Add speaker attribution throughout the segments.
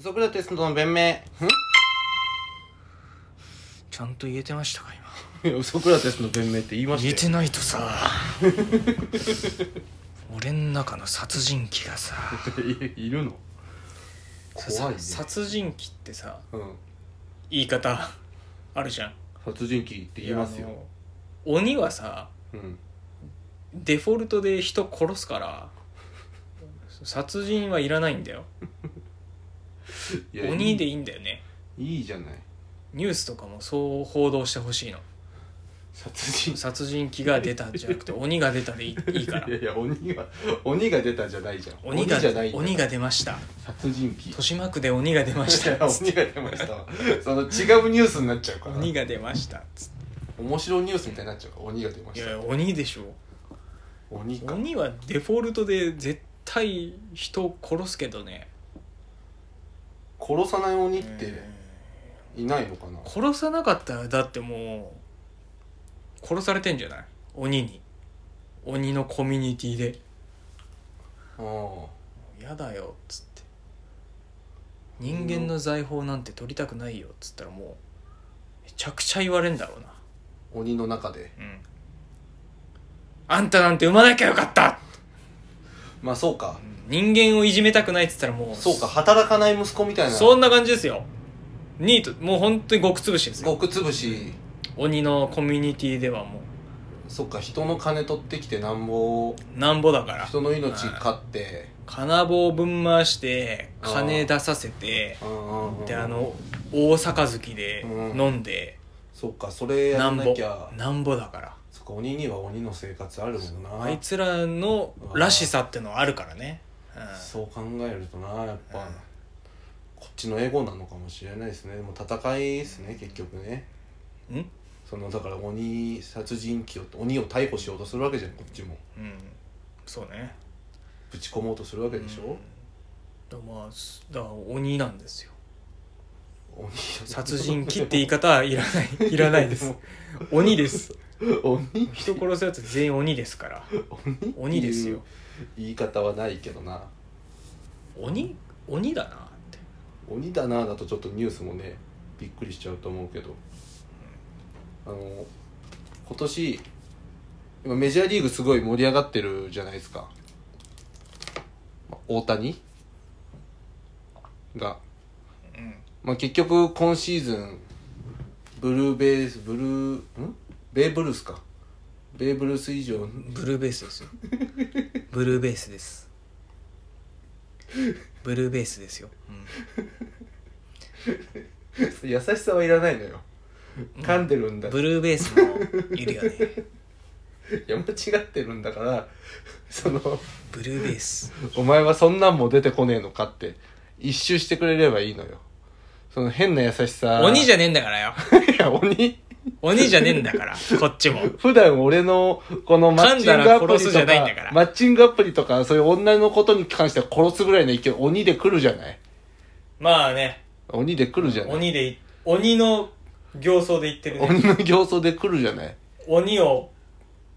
Speaker 1: ソクラテスの弁明。
Speaker 2: ちゃんと言えてましたか今
Speaker 1: んいやソクラテスの弁明って言いま
Speaker 2: 言え
Speaker 1: した
Speaker 2: て
Speaker 1: よ。
Speaker 2: ないとさ 俺ん中の殺人鬼がさ
Speaker 1: いるの怖いね
Speaker 2: さ。殺人鬼ってさ
Speaker 1: うん。
Speaker 2: 言い方あるじゃん
Speaker 1: 殺人鬼って言います
Speaker 2: いや
Speaker 1: よ。
Speaker 2: あの鬼はさ
Speaker 1: うん。
Speaker 2: デフォルトで人殺すから殺人はいらないんだよ
Speaker 1: いや
Speaker 2: 鬼で
Speaker 1: い
Speaker 2: いいんだよね
Speaker 1: いいいじゃない。
Speaker 2: ニュースとかもそう報道してほしいの
Speaker 1: 殺人
Speaker 2: 殺人鬼が出たじゃなくて鬼が出たでいいい いから
Speaker 1: 鬼。いやいや、鬼が、鬼が出たじゃないじゃん。
Speaker 2: 鬼が
Speaker 1: じゃないんだ。
Speaker 2: 鬼が出ました
Speaker 1: 殺人鬼。
Speaker 2: 豊島区で鬼が出まし
Speaker 1: い
Speaker 2: た
Speaker 1: や鬼が出ましたわ。その違うニュースになっちゃうから。
Speaker 2: 鬼が出ましたつっ
Speaker 1: 面白いニュースみたいになっちゃうから。鬼が出ま
Speaker 2: てい
Speaker 1: し
Speaker 2: や
Speaker 1: た。
Speaker 2: 鬼でしょ
Speaker 1: 鬼か。
Speaker 2: 鬼はデフォルトで絶対人殺すけどね
Speaker 1: 殺さない鬼っていないのかな。
Speaker 2: 殺さなかったらだってもう殺されてんじゃない鬼に鬼のコミュニティで
Speaker 1: ああ。
Speaker 2: 「やだよ」っつって「人間の財宝なんて取りたくないよ」っつったらもうめちゃくちゃ言われんだろうな
Speaker 1: 鬼の中で。
Speaker 2: うんあんたなんて産まなきゃよかった
Speaker 1: まあそうか。
Speaker 2: 人間をいじめたくないっつったらもう
Speaker 1: そうか、働かない息子みたいな。
Speaker 2: そんな感じですよニートもう本当に極潰しですよ
Speaker 1: 極潰し、
Speaker 2: 鬼のコミュニティではも
Speaker 1: そっか、人の金取ってきてなんぼ、
Speaker 2: うなんぼだから
Speaker 1: 人の命買って、
Speaker 2: 金棒ぶん回して金出させて
Speaker 1: うんうんうん
Speaker 2: であ、の大杯で
Speaker 1: うん
Speaker 2: 飲んで
Speaker 1: そっか、それや
Speaker 2: な
Speaker 1: ら
Speaker 2: ん
Speaker 1: な
Speaker 2: ぼ
Speaker 1: きゃ、
Speaker 2: なんぼだから
Speaker 1: そっか、鬼には鬼の生活あるもんな。
Speaker 2: あいつらのらしさってのはあるからねう
Speaker 1: そう考えるとな、やっぱ、
Speaker 2: うん
Speaker 1: こっちのエゴなのかもしれないですね。もう戦いですね、結局ね。
Speaker 2: んうん
Speaker 1: その、だから鬼、殺人鬼を、鬼を逮捕しようとするわけじゃん、こっちも。
Speaker 2: うんそうね
Speaker 1: ぶち込もうとするわけでしょ、
Speaker 2: だからまあすだから鬼なんです よ
Speaker 1: 鬼
Speaker 2: 殺人鬼って言い方はいらないいらないです 鬼です
Speaker 1: 鬼
Speaker 2: 人殺すやつ全員鬼ですから
Speaker 1: 鬼
Speaker 2: 鬼ですよ
Speaker 1: 言い方はないけどな
Speaker 2: 鬼鬼だなって
Speaker 1: 鬼だなぁだとちょっとニュースもねびっくりしちゃうと思うけどあの今年今メジャーリーグすごい盛り上がってるじゃないですかまあ大谷が、
Speaker 2: うん
Speaker 1: まあ、結局今シーズンブルーベースブルーんベーブ・ルースかベーブ・ルース以上
Speaker 2: ブルーベースですよブルーベースですブルーベースですよ、
Speaker 1: 優しさはいらないのよ噛んでるん
Speaker 2: う
Speaker 1: だ
Speaker 2: ん、ブルーベースもいるよね
Speaker 1: いや間違ってるんだからその
Speaker 2: ブルーベース
Speaker 1: お前はそんなんも出てこねえのかって一周してくれればいいのよその変な優しさ
Speaker 2: 鬼じ
Speaker 1: ゃ
Speaker 2: ゃねえんだからよ
Speaker 1: いや鬼
Speaker 2: 鬼じゃねえんだからこっちも
Speaker 1: 普段俺のこのマッチングアプ
Speaker 2: 噛んだら
Speaker 1: リ
Speaker 2: 殺す
Speaker 1: と
Speaker 2: じ
Speaker 1: か
Speaker 2: ゃないんだから
Speaker 1: マッチングアプリとかそういう女のことに関しては殺すぐらいの勢い鬼で来るじゃない
Speaker 2: まあね
Speaker 1: 鬼で来るじゃない
Speaker 2: 鬼でい鬼の形相で言ってるね
Speaker 1: 鬼の形相で来るじゃない
Speaker 2: 鬼を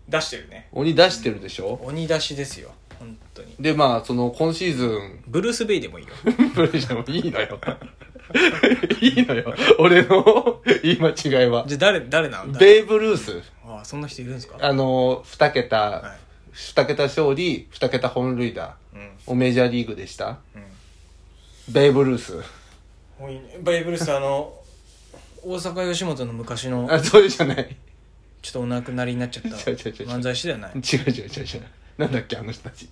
Speaker 2: 出してるね
Speaker 1: 鬼出してるでしょ、
Speaker 2: 鬼出しですよ本当に
Speaker 1: でまあその今シーズン
Speaker 2: ブルース・ベイでもいいよ
Speaker 1: ブルーじゃんいいの よいいのよ俺の言い間違いは
Speaker 2: じゃあ誰誰なんだ
Speaker 1: ベーブ・ルース
Speaker 2: ああそんな人いるんですか
Speaker 1: あの2桁、
Speaker 2: はい
Speaker 1: 2桁勝利2桁本塁打
Speaker 2: うん
Speaker 1: をメジャーリーグでした
Speaker 2: うん
Speaker 1: ベーブ・ルース
Speaker 2: もういいねベイブルースあの大阪吉本の昔の
Speaker 1: あそれじゃない
Speaker 2: ちょっとお亡くなりになっちゃった
Speaker 1: 違う違う違う違う
Speaker 2: 漫才師ではない
Speaker 1: 違う違う違う違うなんだっけあの人たち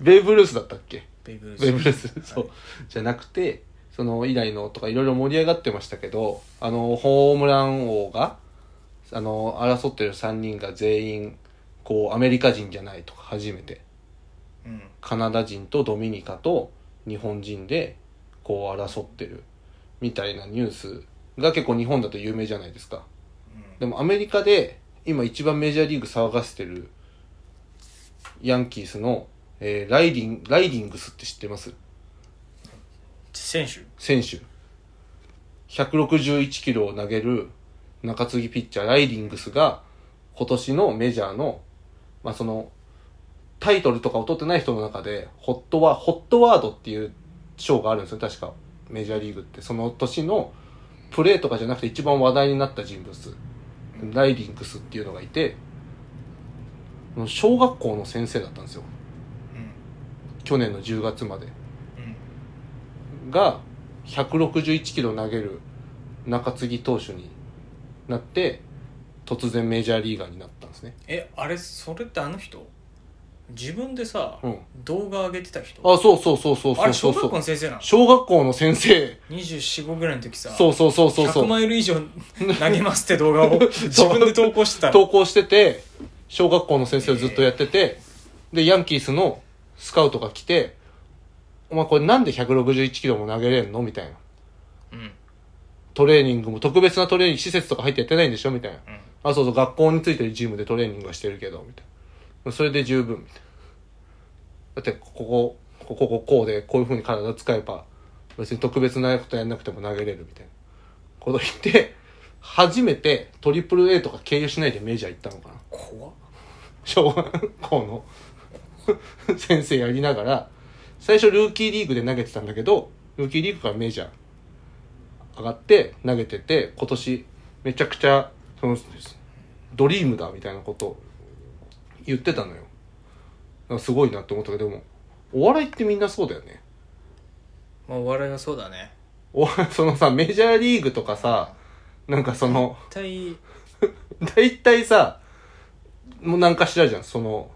Speaker 1: ベーブ・ルースだったっけ
Speaker 2: ベイブルース
Speaker 1: ベーブ・ルースそう、じゃなくてその以来のとかいろいろ盛り上がってましたけどあのホームラン王があの争ってる3人が全員こうアメリカ人じゃないとか初めて
Speaker 2: うん
Speaker 1: カナダ人とドミニカと日本人でこう争ってるみたいなニュースが結構日本だと有名じゃないですかでもアメリカで今一番メジャーリーグ騒がせてるヤンキースの、えーライディンライディングスって知ってます
Speaker 2: 選手
Speaker 1: 選手161キロを投げる中継ぎピッチャーライディングスが今年のメジャーの、まあ、そのタイトルとかを取ってない人の中でホットワホットワードっていう賞があるんですよ確かメジャーリーグってその年のプレーとかじゃなくて一番話題になった人物ライディンクスっていうのがいて小学校の先生だったんですよ去年の10月までが161キロ投げる中継ぎ投手になって突然メジャーリーガーになったんですね
Speaker 2: えあれそれってあの人自分でさ、
Speaker 1: うん
Speaker 2: 動画上げてた人
Speaker 1: あそうそうそうそう
Speaker 2: あ
Speaker 1: そう
Speaker 2: れ
Speaker 1: そ
Speaker 2: 小
Speaker 1: うそう
Speaker 2: 学校の先生なの
Speaker 1: 小学校の先生
Speaker 2: 245ぐらいの時さ
Speaker 1: そうそうそうそうそ
Speaker 2: 100
Speaker 1: う
Speaker 2: マイル以上投げますって動 画を自分で投稿してた
Speaker 1: 投稿してて小学校の先生をずっとやってて、でヤンキースのスカウトが来て「お前これなんで161キロも投げれんの?」みたいな
Speaker 2: うん
Speaker 1: トレーニングも特別なトレーニング施設とか入ってやってないんでしょみたいな
Speaker 2: うん
Speaker 1: あそうそう学校についてるジムでトレーニングはしてるけどみたいなそれで十分みたいなだってこここここここうでこういうふうに体使えば別に特別なことやんなくても投げれるみたいなこと言って初めてトリプル A とか経由しないでメジャー行ったのかな
Speaker 2: 怖っ
Speaker 1: 小学校の 先生やりながら最初ルーキーリーグで投げてたんだけどルーキーリーグからメジャー上がって投げてて今年めちゃくちゃそのドリームだみたいなことを言ってたのよだからすごいなって思ったけどでもお笑いってみんなそうだよね
Speaker 2: まあお笑いはそうだね
Speaker 1: おそのさメジャーリーグとかさなんかその
Speaker 2: 絶対
Speaker 1: 大体さもう何かしらじゃんその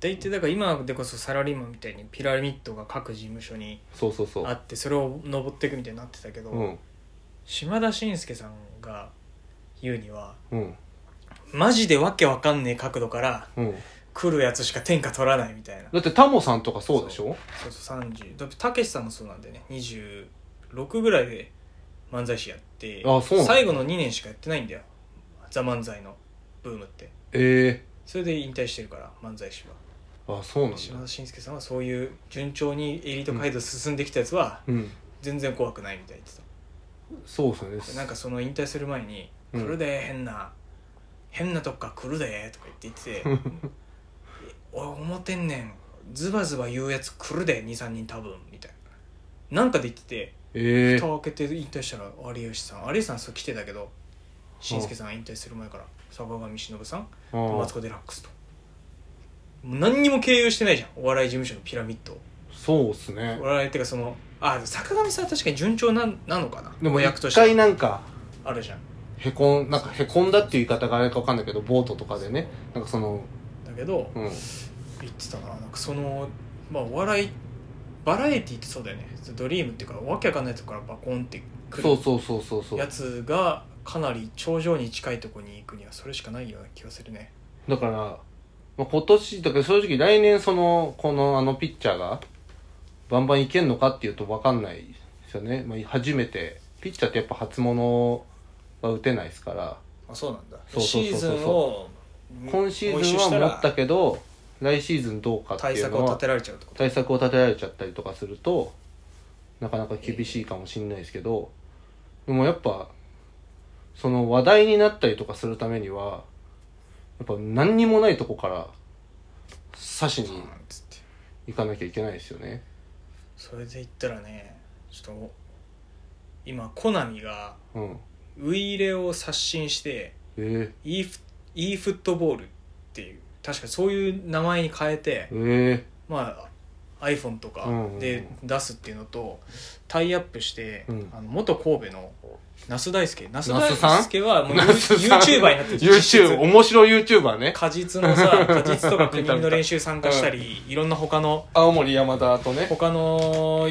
Speaker 2: 大体だから今でこそサラリーマンみたいにピラミッドが各事務所に
Speaker 1: そうそうそ
Speaker 2: あ
Speaker 1: う
Speaker 2: ってそれを登っていくみたいになってたけど、
Speaker 1: うん
Speaker 2: 島田紳介さんが言うには
Speaker 1: うん
Speaker 2: マジでわけわかんねえ角度から
Speaker 1: うん
Speaker 2: 来るやつしか天下取らないみたいな
Speaker 1: だってタモさんとかそうでしょ
Speaker 2: そうそう30だってたけしさんもそうなんだよね26ぐらいで漫才師やって
Speaker 1: あそうなんだ
Speaker 2: 最後の2年しかやってないんだよ「ザ漫才のブームって
Speaker 1: え
Speaker 2: それで引退してるから漫才師は
Speaker 1: えあそうなんだ
Speaker 2: 島田紳介さんはそういう順調にエリート街道進んできたやつは
Speaker 1: うん
Speaker 2: 全然怖くないみたいに言って
Speaker 1: そうです
Speaker 2: た
Speaker 1: ね
Speaker 2: なんかその引退する前に「
Speaker 1: うん
Speaker 2: 来るで変な変なとこから来るで」とか言って言ってて「おい思ってんねんズバズバ言うやつ来るで23人多分」みたいななんかで言ってて
Speaker 1: ええ
Speaker 2: 蓋を開けて引退したら有吉さん有吉さんそう来てたけど紳助さん引退する前から坂上忍さん
Speaker 1: あ
Speaker 2: マ
Speaker 1: ー
Speaker 2: ツコ・デラックスともう何にも経由してないじゃんお笑い事務所のピラミッドを
Speaker 1: そうっすね
Speaker 2: お笑いっていうかそのあ坂上さんは確かに順調なんなのかな
Speaker 1: でも
Speaker 2: 役と
Speaker 1: 一
Speaker 2: し
Speaker 1: 回
Speaker 2: て
Speaker 1: なんか
Speaker 2: あるじゃん
Speaker 1: へこんなんかへこんだっていう言い方があれかわかんないけどボートとかでねなんかその
Speaker 2: だけど
Speaker 1: うん
Speaker 2: 言ってたななんかそのまあお笑いバラエティってそうだよねドリームっていうかわけわかんないとこからバコンってく
Speaker 1: そう
Speaker 2: る
Speaker 1: そうそうそうそ
Speaker 2: や
Speaker 1: う
Speaker 2: つがかなり頂上に近いとこに行くにはそれしかないような気がするね
Speaker 1: だから、まあ、今年だから正直来年そのこのあのピッチャーがバンバンいけんのかっていうとわかんないですよね、まあ、初めてピッチャーってやっぱ初物は打てないですから
Speaker 2: あそうなんだ
Speaker 1: そうそうそうそう
Speaker 2: シーズンを
Speaker 1: 今シーズンは持ったけど来シーズンどうかって
Speaker 2: 対
Speaker 1: いう
Speaker 2: 策
Speaker 1: の
Speaker 2: を
Speaker 1: は
Speaker 2: 立てられちゃうってこと
Speaker 1: 対策を立てられちゃったりとかするとなかなか厳しいかもしれないですけど、でもやっぱその話題になったりとかするためにはやっぱ何にもないとこから刺しに
Speaker 2: つって
Speaker 1: 行かなきゃいけないですよね。
Speaker 2: それで言ったらねちょっと今コナミが
Speaker 1: うん、
Speaker 2: ウイイレを刷新して
Speaker 1: え
Speaker 2: e フ e フットボールっていう確かそういう名前に変えて
Speaker 1: ー、え
Speaker 2: まあ iPhone とか
Speaker 1: うんうんうん
Speaker 2: で出すっていうのとタイアップして、
Speaker 1: うん
Speaker 2: あの元神戸の那須大輔那須
Speaker 1: 那須さん
Speaker 2: 大輔はもうユ
Speaker 1: 那
Speaker 2: ー
Speaker 1: 須さん
Speaker 2: YouTuber になって
Speaker 1: ー、
Speaker 2: る
Speaker 1: YouTube 面白い YouTuber ね
Speaker 2: 果実のさ果実とか国民の練習参加したり、いろんな他の
Speaker 1: 青森山田とね
Speaker 2: 他の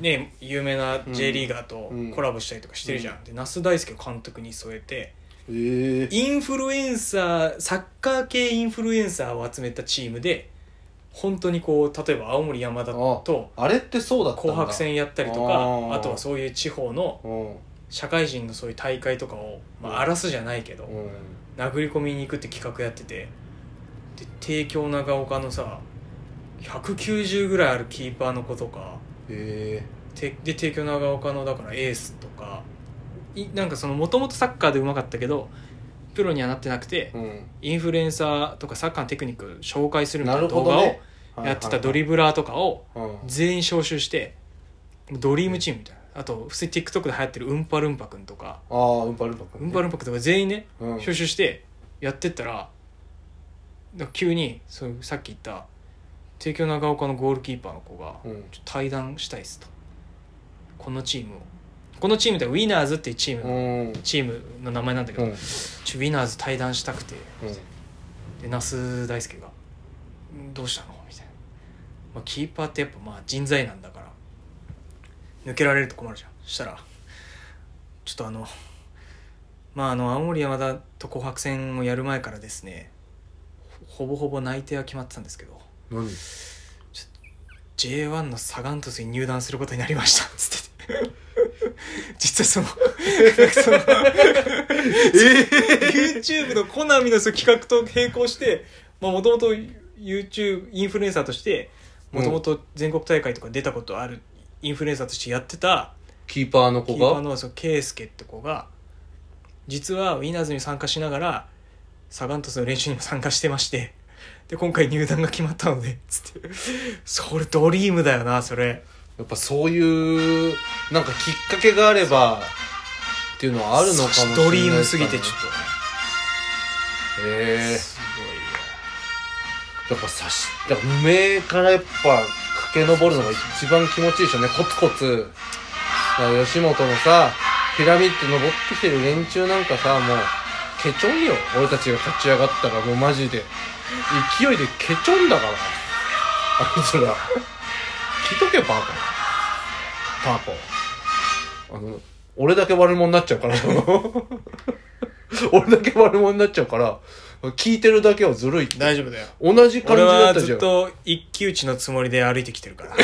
Speaker 2: ね有名な J リーガーと
Speaker 1: うん
Speaker 2: コラボしたりとかしてるじゃん、で那須大輔を監督に添えて
Speaker 1: えー、
Speaker 2: インフルエンサーサッカー系インフルエンサーを集めたチームで本当にこう例えば青森山田と
Speaker 1: あれってそうだったんだ
Speaker 2: 紅白戦やったりと
Speaker 1: あ
Speaker 2: か
Speaker 1: ー
Speaker 2: あとはそういう地方の
Speaker 1: うん、
Speaker 2: 社会人のそういう大会とかを、ま
Speaker 1: うん
Speaker 2: あ、荒らすじゃないけど、
Speaker 1: うん、
Speaker 2: 殴り込みに行くって企画やっててで帝京長岡のさ190ぐらいあるキーパーの子とか
Speaker 1: え
Speaker 2: てで帝京長岡のだからエースとかいなんかそのもともとサッカーでうまかったけどプロにはなってなくて
Speaker 1: ー、うん
Speaker 2: インフルエンサーとかサッカーのテクニック紹介するみたい
Speaker 1: な
Speaker 2: な
Speaker 1: るほ
Speaker 2: 動画
Speaker 1: ど
Speaker 2: を
Speaker 1: ね
Speaker 2: やってたドリブラーとかを
Speaker 1: うん
Speaker 2: 全員招集してドリームチームみたいなあと普通に TikTok で流行ってるウンパルンパ君とか
Speaker 1: ああうんぱるんぱく
Speaker 2: ウンパルンパ君とか全員ね
Speaker 1: うん
Speaker 2: 招集してやってったらだから急にそのさっき言った帝京長岡のゴールキーパーの子が
Speaker 1: う
Speaker 2: 「
Speaker 1: ん
Speaker 2: ちょっと対談したいっす」とこのチームをこのチームってウィナーズっていうチーム
Speaker 1: う
Speaker 2: の、
Speaker 1: ん
Speaker 2: チームの名前なんだけ
Speaker 1: う
Speaker 2: ど、
Speaker 1: ん
Speaker 2: ちょウィナーズ対談したくて
Speaker 1: うん
Speaker 2: で那須大輔が「どうしたの?」みたいな、まあ、キーパーってやっぱまあ人材なんだから抜けられると困るじゃんそしたら「ちょっとあのまああの青森山田と紅白戦をやる前からですねほほぼほぼ内定は決まってたんですけど
Speaker 1: 何
Speaker 2: J1 のサガン鳥栖に入団することになりました」つって て実はその その
Speaker 1: え
Speaker 2: YouTube のコナミのその企画と並行してもともと YouTube インフルエンサーとしてもともと全国大会とか出たことあるインフルエンサーとしてやってた
Speaker 1: キーパーの
Speaker 2: キ
Speaker 1: 子
Speaker 2: ーパー
Speaker 1: が
Speaker 2: のそのケイスケって子が実はウィナーズに参加しながらサガン鳥栖の練習にも参加してましてで今回入団が決まったのでつってそれドリームだよなそれ
Speaker 1: やっぱそういうなんかきっかけがあればっていうのはあるのかもしれない
Speaker 2: ドリームすぎてちょっと
Speaker 1: ええ
Speaker 2: す
Speaker 1: やっぱさしだから無名からやっぱ駆け上るのが一番気持ちいいでしょうねコツコツだから吉本のさピラミッド登ってきてる連中なんかさもうケチョンよ俺たちが勝ち上がったらもうマジで勢いでケチョンだからあいつら聞いとけパーコパーコあの俺だけ悪者になっちゃうから 俺だけ悪者になっちゃうから聞いてるだけはずるいって
Speaker 2: ごいわ大丈夫だよ
Speaker 1: 同じ感
Speaker 2: 俺
Speaker 1: じだ
Speaker 2: は
Speaker 1: ったじ
Speaker 2: ず
Speaker 1: ゃ
Speaker 2: っ
Speaker 1: ん。
Speaker 2: と一騎打ちのつもりで歩いてきてるから